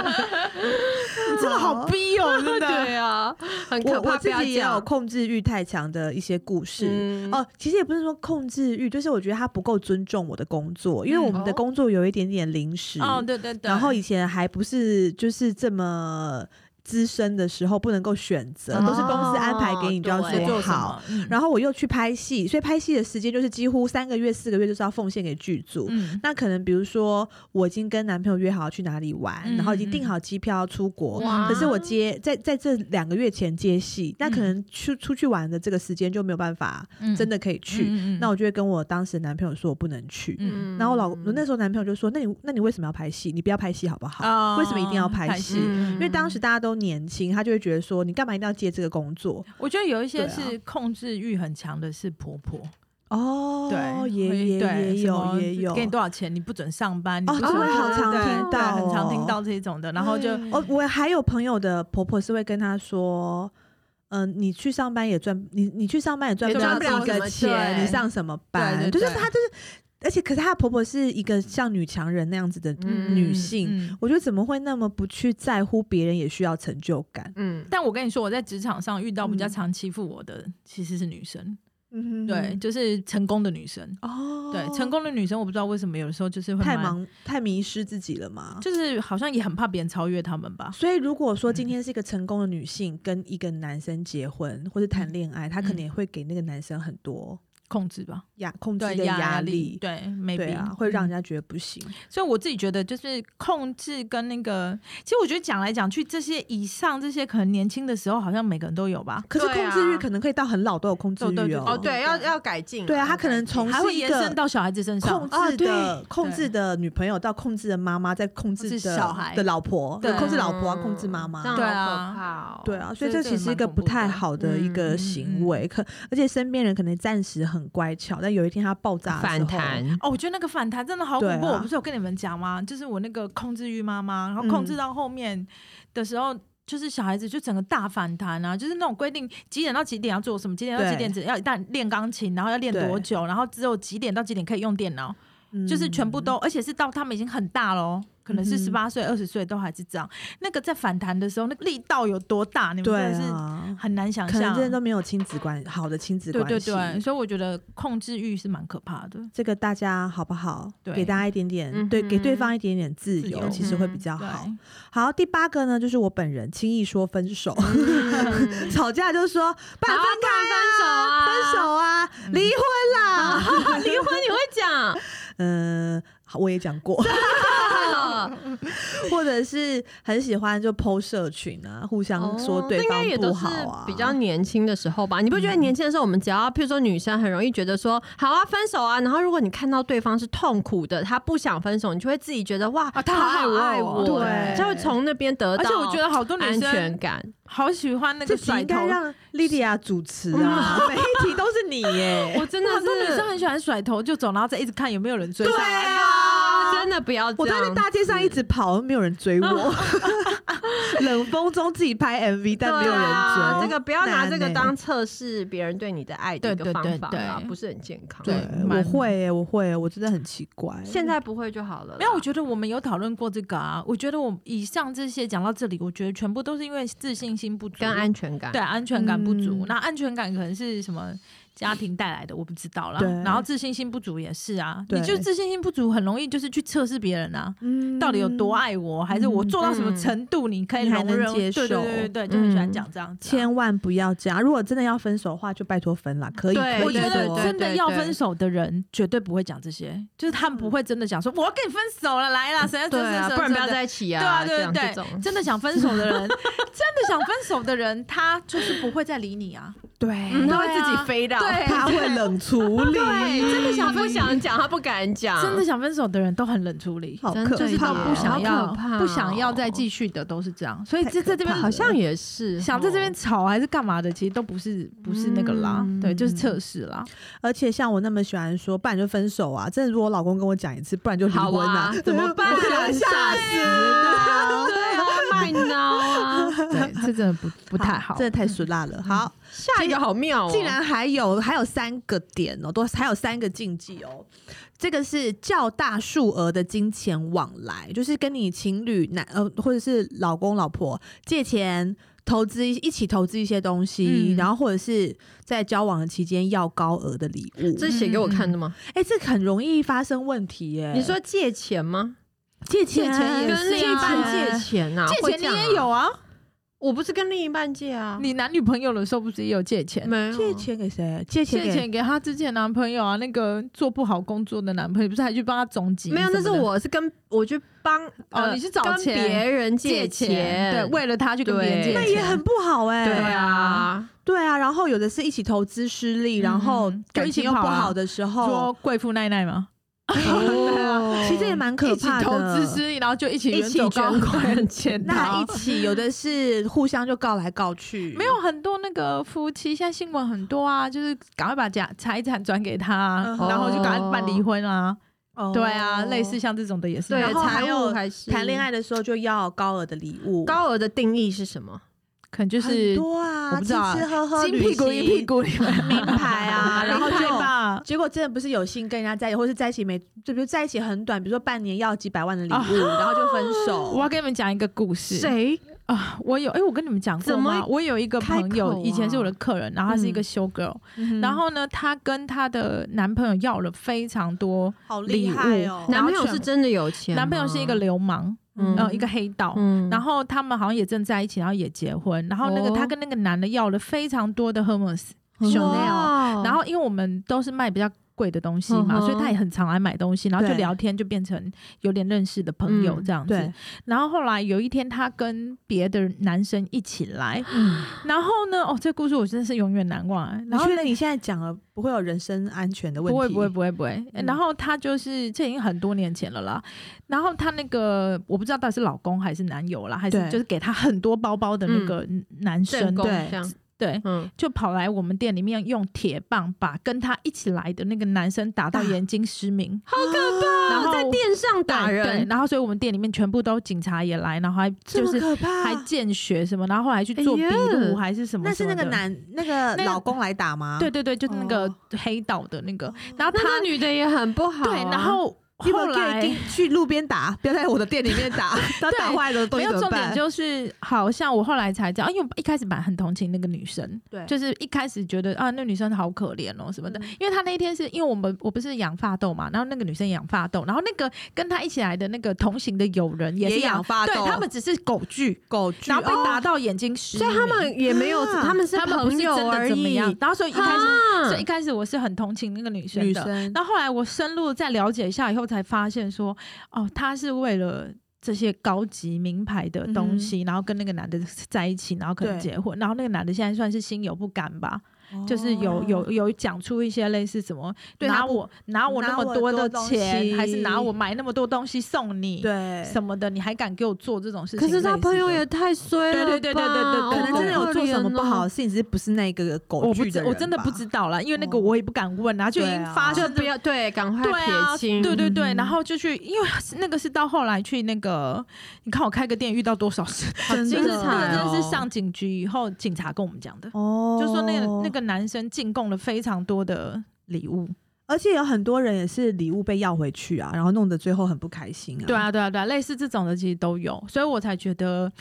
你真的好逼 哦，真的。对啊，很我可我怕。不自要己也有讲，控制欲太强的一些故事。嗯，哦，其实也不是说控制欲，就是我觉得他不够尊重我的工作，因为嗯我们的哦工作有一点点临时，哦，对对对，然后以前还不是就是这么资深的时候，不能够选择，都是公司安排给你就要哦对做好。，嗯然后我又去拍戏，所以拍戏的时间就是几乎三个月、四个月就是要奉献给剧组。嗯，那可能比如说，我已经跟男朋友约好要去哪里玩，嗯然后已经订好机票要出国，哇可是我接在在这两个月前接戏，那可嗯能出出去玩的这个时间就没有办法真的可以去，去那我就会跟我当时的男朋友说我不能去。嗯啊然后我老我那时候男朋友就说：“那你那你为什么要拍戏？你不要拍戏好不好？为什么一定要拍戏？嗯因为嗯当时大家都年轻，他就会觉得说你干嘛一定要接这个工作？我觉得有一对些啊是控制欲很强的，是婆婆，哦，对，也会也对也什么有也有。给你多少钱，你不准上班，你哦不这准种对好常对听对到很常听哦到这种的，然后就嗯哦，我还有朋友的婆婆是会跟她说。嗯、你去上班也赚，你你去上班也赚也不赚了不了自己什的么钱，钱你上什么班？对对就是对她就是，而且可是她的婆婆是一个像女强人那样子的女性，嗯嗯我觉得怎么会那么不去在乎别人也需要成就感？嗯，但我跟你说，我在职场上遇到比较嗯常欺负我的其实是女生，嗯哼对，就是成功的女生，哦，对，成功的女生，我不知道为什么有的时候就是会太蛮，忙太迷失自己了嘛。就是好像也很怕别人超越他们吧。所以，如果说嗯今天是一个成功的女性跟一个男生结婚或者嗯谈恋爱，她可能也会给那个男生很多控制吧，压控制对的压力，对，maybe 对啊，会让人嗯家觉得不行。所以我自己觉得，就是控制跟那个，其实我觉得讲来讲去，这些以上这些，可能年轻的时候好像每个人都有吧。可是对控啊制欲可能可以到很老都有控制对对欲对哦。哦，对，要要改进啊，对啊，要她可能改进从还是会一延伸个到小孩子身上啊控，制的对控制的女朋友到控制的妈妈，再控制控制的小孩的老婆，对控制老婆啊，控制妈妈嗯这。样对好啊可怕哦。对啊，所以所这以这其个实是一蛮个恐不怖的太好的一个嗯嗯行为，可而且身边人可能暂时很乖巧，但有一天他爆炸的时候 反，弹， 哦，我觉得那个反弹真的好对恐怖！啊我不是有跟你们讲吗？就是我那个控制欲妈妈，然后控嗯制到后面的时候，就是小孩子就整个大反弹啊，就是那种规定几点到几点要做什么，几点到对几点只要一旦练钢琴，然后要练多久，然后只有几点到几点可以用电脑，嗯就是全部都，而且是到他们已经很大喽。可能是嗯哼十八岁、二十岁都还是这样，那个在反弹的时候，那个力道有多大，你们真对的是啊，很难想可能象真。的都没有亲子关好的亲子对关对系。对，所以我觉得控制欲是蛮可怕的。这个大家好不好？对给大家一点点，嗯哼嗯对，给对方一点点自由，自由其实会比较对啊好。好，第八个呢，就是我本人轻易说分手，嗯 吵架就说好办啊分开办分手啊，分手啊，嗯离婚啦。 离婚 你会 讲，嗯，好我也讲 过，或者是很喜欢就剖社群啊，互相说对哦那应方该也不都是好啊，比较年轻的时候吧？你不觉得年轻的时候，我们只要譬如说女生很容易觉得说好啊分手啊，然后如果你看到对方是痛苦的，他不想分手，你就会自己觉得哇啊他他好好爱爱我我，欸对就会从那边得到，而且我觉得好多安女全生感。好喜欢那这个集甩应该 头，让莉迪亚主 持啊，每一题都是你耶。我真的很多女是生很喜欢甩头就走，然后再一直看有没有人追上对哎来。啊，真的不要这我样都子，在大街上一直跑，没有人追 我。冷风中自己拍 MV，但没有人对啊追。这个不要拿这个难欸当测试别人对你的爱的一个对对方对法啦，对不是很健康。对我蛮会耶、我会耶、我真的很奇怪。现在不会就好了啦。没有，我觉得我们有讨论过这个啊。我觉得我以上这些讲到这里，我觉得全部都是因为自信心不足，跟安全感对安全感不足。嗯那安全感可能是什么家庭带来的，我不知道啦对。然后自信心不足也是啊，对你就自信心不足，很容易就是去测试别人啊。嗯到底有多？爱我，还是我做到什么嗯程度，你可以你还容能忍？接对对受对对对，就很喜欢嗯讲这样子啊、千万不要这样！如果真的要分手的话，就拜托分啦，可以。对可我以觉得多对嗯真的要分手的人绝对不会讲这些，就是他们不会真的讲说我要跟你分手了，来啦，谁要谁对谁啊，谁，不然不要谁谁在一起对啊。啊，这对样对这对，种真的想分手的人，真 的想分手的人，他就是不会再理你啊。对，嗯，他会对啊自己飞到。对他会冷处 理，对，真的想不想讲，他不敢讲，真的想分手的人都很冷处理，好真可的就是怕他哦，不想好要可怕哦，不想要再继续的都是这样。所以太这可在这边怕好像也是想在这边吵还是干嘛的，其实都不是不是那个啦，嗯对，就是测试啦。而且像我那么喜欢说，不然就分手啊！真的，如果我老公跟我讲一次，不然就离好婚啊，怎么办我想？吓死啊了。对啊，卖脑啊！对，这真的不不太好。真的太俗辣了。好， 下一个好嗯妙哦，竟然还有还有三个点哦，都还有三个禁忌哦。这个是较大数额的金钱往来，就是跟你情侣男呃或者是老公老婆借钱。投资一起投资一些东西，嗯然后或者是在交往的期间要高额的礼物，这写给我看的吗？哎、这很容易发生问题耶、你说借钱吗？借钱也嗯跟是另一啊半借钱呐？借会钱这样你啊也有啊，我不是跟另一半借啊，你男女朋友的时候不是也有借钱？没有借钱给谁？借钱借给钱给她之前男朋友啊，那个做不好工作的男朋友，不是还去帮他总结？没有，那是我是跟我去帮哦，呃你去找跟钱别人借钱，对，为了他去跟别人借对钱，那也很不好哎、对啊，对啊，然后有的是一起投资失利，嗯然后感情又不好的时说候，贵妇奈奈嘛，啊 哦其实也蛮可一起怕的。投资失利，然后就一起远走高一起捐款钱那还一起。起，有的是互相就告来告去， 没有很多那个夫妻，现在新闻很多啊，就是赶快把家财产转给他，嗯然后就赶快办离婚啊，哦对啊，类似像这种的也是。对，然后还财有务还是谈恋爱的时候就要高额的礼物，高额的定义是什么？可能就很是多我啊，不吃知道啊吃喝喝，金屁股旅银行屁股里面，名牌 啊，然后名牌就吧。结果真的不是有幸跟人家在一起，或是在一起没，就比如在一起很短，比如说半年要几百万的礼物，啊然后就分我手。要跟你们讲一个故事。谁啊？我有哎、我跟你们讲过怎么吗？我有一个朋开口啊友，以前是我的客人，然后她是一个嗯 show girl，、嗯然后呢，她跟她的男朋友要了非常多，好厉害哦，男朋友然后是全真的有钱吗？男朋友是一个流氓，嗯呃，一个黑道，嗯然后他们好像也正在一起，然后也结婚。然后那个哦她跟那个男的要了非常多的 Hermes，、Chanel，嗯哇然后因为我们都是卖比较贵的东西嘛，哦嗯哼所以她也很常来买东西，然后就对聊天就变成有点认识的朋友嗯这样子。对，然后后来有一天她跟别的男生一起来，嗯，然后呢，哦，这故事我真的是永远难忘、啊然你后确定你现在讲了不会有人身安全的问不题？会不会不会不会。嗯然后她就是这已经很多年前了啦。然后她那个我不知道到底是老公还是男友啦，还是对嗯就是给她很多包包的那个男正生，宫对这样，对，嗯，就跑来我们店里面用铁棒把跟他一起来的那个男生打到打眼睛失明，好可怕然后在店上打对对人，然后所以我们店里面全部都警察也来，然后还这就么是可怕，还见血什么，然后后来去做笔哎录呀还是什么那什是那么的个男那个那个老公来打吗？对对对，就是那个哦黑岛的那个，然后那他那女的也很不好啊、对，然后你把后我来给。去路边打，不要在我的店里面 打，他打坏了东没西有怎么重点办？就是，好像我后来才知道，啊因为我一开始本来很同情那个女生，对就是一开始觉得啊，那女生好可怜哦什么的，嗯因为她那一天是因为我们我不是养发痘嘛，然后那个女生也养发痘，然后那个跟她一起来的那个同行的友人也也是养发对痘他们只是狗剧，狗剧然后被哦打到眼睛失所明，以他们也没有，啊他们是他们不朋是友真的而怎么已。样，然后所以一开始，啊所以一开始我是很同情那个女生女的，生那后来我深入再了解一下以后，才发现说，哦，她是为了这些高级名牌的东西，然后跟那个男的 在一起，然后可能嗯对结婚，然后那个男的现在算是心有不甘吧，就是有有有讲出一些类似什么，对拿他哦不我拿我那拿么我多的多东西钱，还是拿我买那么多东西送你，对什么的，你还敢给我做这种事情？可是他类似朋友的也太衰了吧，对对对对对对可能真的有做什么不好哦的，事情，只是不是那个狗我不剧知的人吧我真的不知道啦，因为那个哦我也不敢问啊，就已对经啊发就生不的要对，赶快对啊，撇清，对对对，嗯然后就去，因为是那个是到后来去那个，你看我开个店遇到多少事，真就的精是那彩个真的是啊哦上警局以后，警察跟我们讲的，哦，就说那个那，个男生进贡了非常多的礼物，而且有很多人也是礼物被要回去啊，然后弄得最后很不开心啊。对，啊对啊对啊，类似这种的其实都有，所以我才觉得，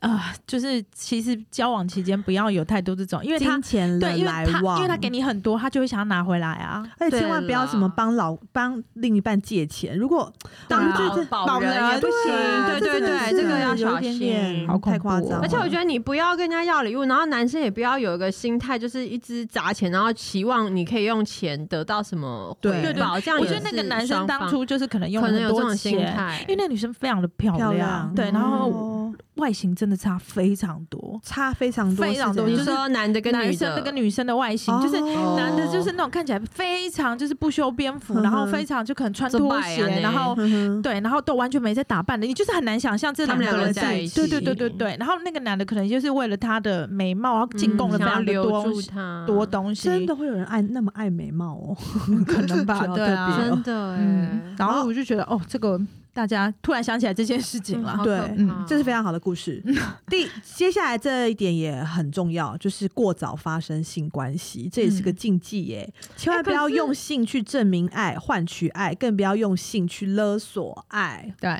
啊，就是其实交往期间不要有太多这种，因为他金钱的对，因来为他往，因为他给你很多，他就会想要拿回来啊。而且千万不要什么对啦帮老帮另一半借钱，如果当我保觉得保保人也不行对对对真的对是这个要有一小点心点好恐太夸怖哦张了。而且我觉得你不要跟人家要礼物，然后男生也不要有一个心态，就是一直砸钱，然后期望你可以用钱得到什么回对对报。这样我也觉得那个是男生双当方初就是可能用可了能很有这多种心钱，态因为，那女生非常的漂漂亮对，然后哦外形真的差非常多，差非常多，非常多是你这样说男的跟男女生的的跟女生的外形，就是哦男的就是那种看起来非常就是不修边幅，嗯呵呵然后非常就可能穿拖鞋，这摆啊呢然后。哼哼 对，然后都完全没在打扮的，你就是很难想象这他们个人两个在一起嗯对对对对对。然后那个男的可能就是为了她的美貌，然后进贡了非想要常的留多住他，多东西，真的会有人爱那么爱美貌哦，可能吧 觉？得特对别啊哦，真的嗯哎。然后我就觉得哦，这个大家突然想起来这件事情了，好对可嗯怕这是非常好的故 事。第接下来这一点也很重要，就是过早发生性关系，这也是个嗯禁忌耶，哎千万不要用性去证明爱、换取爱，更不要用性去勒索爱。对，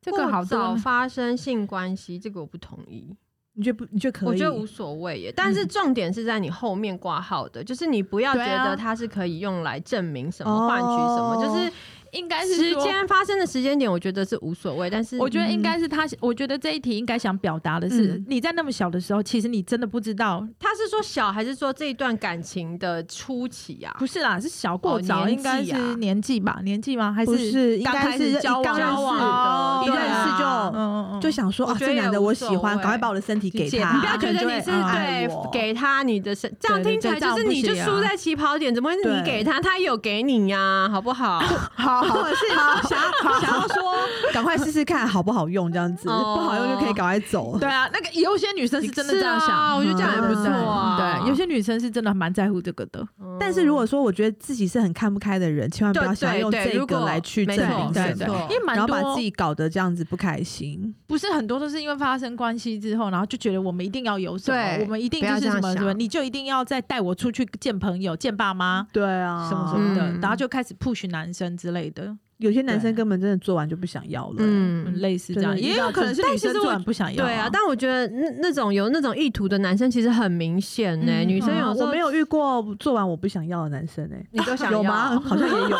这过个好多早呢发生性关系，这个我不同意，你觉得不？你觉得可以？我觉得无所谓耶。但是重点是在你后面挂号的，就是你不要嗯对觉啊得它是可以用来证明什么、哦换取什么，就是应该是时说，间发生的时间点，我觉得是无所谓。但是我觉得应该是他，我觉得这一题应该想表达的是，嗯你在那么小的时候，其实你真的不知道，他是说小，还是说这一段感情的初期啊？不是啦，是小过早，哦年应纪啊该是年纪吧，年纪吗？还不是，应刚该开是始一刚交往认交识往哦一认对啊识就嗯嗯嗯，就想说我啊，觉这得个男的也无我所喜欢，谓赶快把我的身体给借他。他你不要觉得你他可能就是会很爱对我 给他你的身，这样对听起来对这就样是不你就行啊输在起跑点，怎么会是对你给他，他也有给你呀、好不好？好，或者是想要 想要说，赶快试试看好不好用，这样子哦不好用就可以赶快走。 对啊，那个有些女生是真的这样是啊想，我觉得这样也对不错啊对对，有些女生是真的蛮在乎这个的，嗯但是如果说我觉得自己是很看不开的人，千万不对要想对用对这如个果来去证没明什错对没对么错，因为蛮然后多把自己搞得这样子不开心。不是很多都是因为发生关系之后，然后就觉得我们一定要有什么，对我们一定不就要是这样什么想什么，你就一定要再带我出去见朋友、见爸妈对啊什么什么的，嗯然后就开始 push 男生之类的，有些男对生根本真的做完就不想要了。嗯，嗯。类似这样，对也有可能是女但生其实我突然不想要、对啊，但我觉得那那种有那种意图的男生其实很明显呢、嗯女生啊有时我候没有遇过做完我不想要的男生哎、你都想要 有吗？好像也有，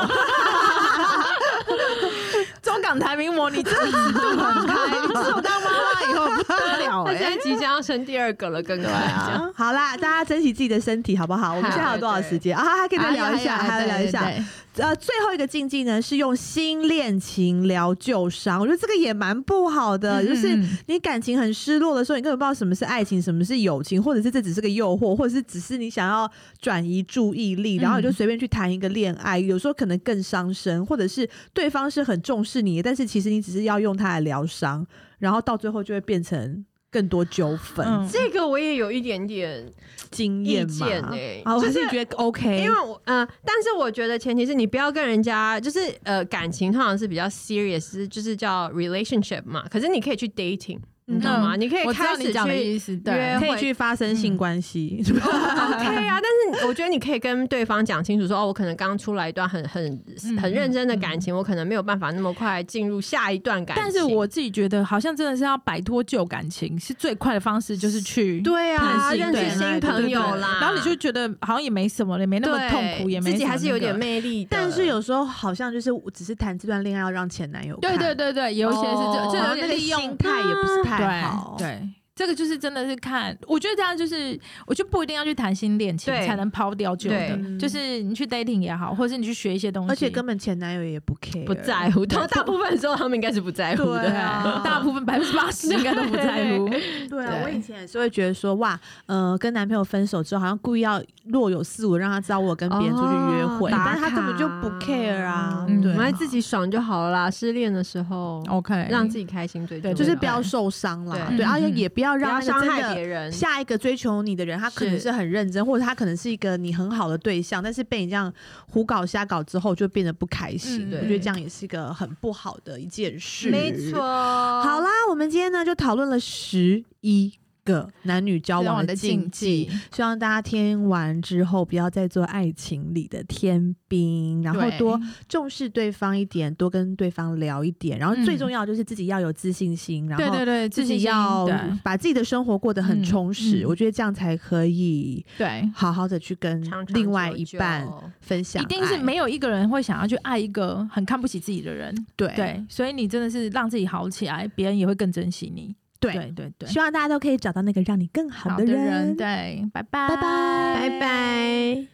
中港台名模，你真的尺度很开，你自从当妈妈以后不得 了他哎、现在即将要生第二个了，跟各位啊讲，啊好啦，大家珍惜自己的身体好不好？我们现在还有多少时间啊？还可以再聊一哎下，还要聊一下。呃，最后一个禁忌呢是用新恋情疗旧伤，我觉得这个也蛮不好的，嗯就是你感情很失落的时候，你根本不知道什么是爱情，什么是友情，或者是这只是个诱惑，或者是只是你想要转移注意力，然后你就嗯随便去谈一个恋爱，有时候可能更伤身，或者是对方是很重视你，但是其实你只是要用它来疗伤，然后到最后就会变成更多纠纷、嗯这个我也有一点点，经验嘛意见欸啊，我还就是是觉得 OK，因为我嗯、但是我觉得前提是你不要跟人家就是呃感情通常是比较 serious，就是就是叫 relationship 嘛。可是你可以去 dating，你嗯懂吗？你可以嗯我知道开始你讲的去意思，约对，可以会去发生嗯性关 系，哦 OK 啊，但是我觉得你可以跟对方讲清楚说，哦，我可能刚出来一段很很嗯很认真的感情，我可能没有办法那么快进入下一段感情。但是我自己觉得，好像真的是要摆脱旧感情，是最快的方式，就是去对啊，看新认对识新爱朋对友对对啦，然后你就觉得好像也没什么了，也没那么对痛苦，也没自己什么还是有那个点魅力的，但是有时候好像就是我只是谈这段恋爱要让前男友对看对对对，有一些是哦这，这然后有那点个利用心态也不是太好对，对，这个就是真的是看，我觉得这样就是，我就不一定要去谈新恋情对才能抛掉旧的对，就是你去 dating 也好，或者是你去学一些东西，而且根本前男友也不 care，不 在乎，大大部分时候他们应该是不在乎对 的。啊大部分百分之八十应该都不在乎。对啊，对我以前也是会觉得说，哇，呃，跟男朋友分手之后，好像故意要若有似无，让他知道我跟别人出去约会，哦打但是他根本就不卡 care 啊，嗯对我啊，们自己爽就好了啦。失恋的时候 OK，让自己开心最重要，对就是不要受伤啦，对对，嗯而且嗯也不要不让要那个伤真害别的。人。下一个追求你的人，他可能是是很认真，或者他可能是一个你很好的对象，但是被你这样胡搞瞎搞之后，就变得不开心。嗯我对觉得这样也是一个很不好的一件事。没错，好哦好啦，我们今天呢就讨论了十一个男女交往的禁忌，，希望大家听完之后不要再做爱情里的天兵，然后对多重视对方一点，多跟对方聊一点，然后最嗯重要就是自己要有自信心，然对后对对，自自己己要对把自己的生活过得很嗯充实，嗯我觉得这样才可以对。好好的去跟长长另外一久久半分享一爱，定是没有一个人会想要去爱一个很看不起自己的人，对对，所以你真的是让自己好起来，别人也会更珍惜你。对对对对，希望大家都可以找到那个让你更好好的的人，对，拜拜，拜拜拜拜。